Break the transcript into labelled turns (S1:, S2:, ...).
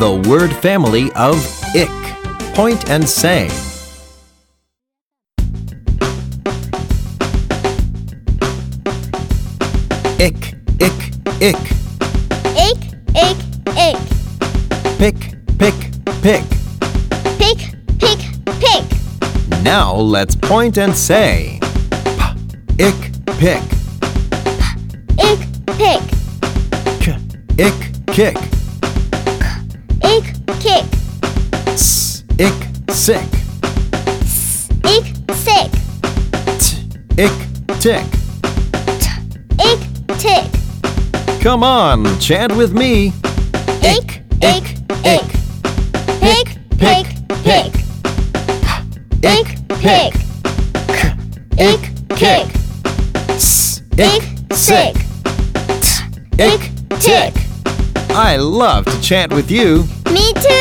S1: the word family of ik. Point and say. Ik, ik, ik.
S2: Ik, ik, ik.
S1: Pick, pick, pick.
S2: Pik, pik, pik.
S1: Now let's point and say. P, ik, pick.
S2: Ik, pik.
S1: K, ik, kick.
S2: Ik, kik.
S1: S, ik, sick.
S2: Ik, sik.
S1: T, ik, tick.
S2: Ik, tik.
S1: Come on, chant with me.
S2: Ik, ik, ik. Pik, pik, pik. Ik, pik. Ik, kik.
S1: S,
S2: Ik, sik.
S1: Ik, tick. I love to chant with you.
S2: Me too.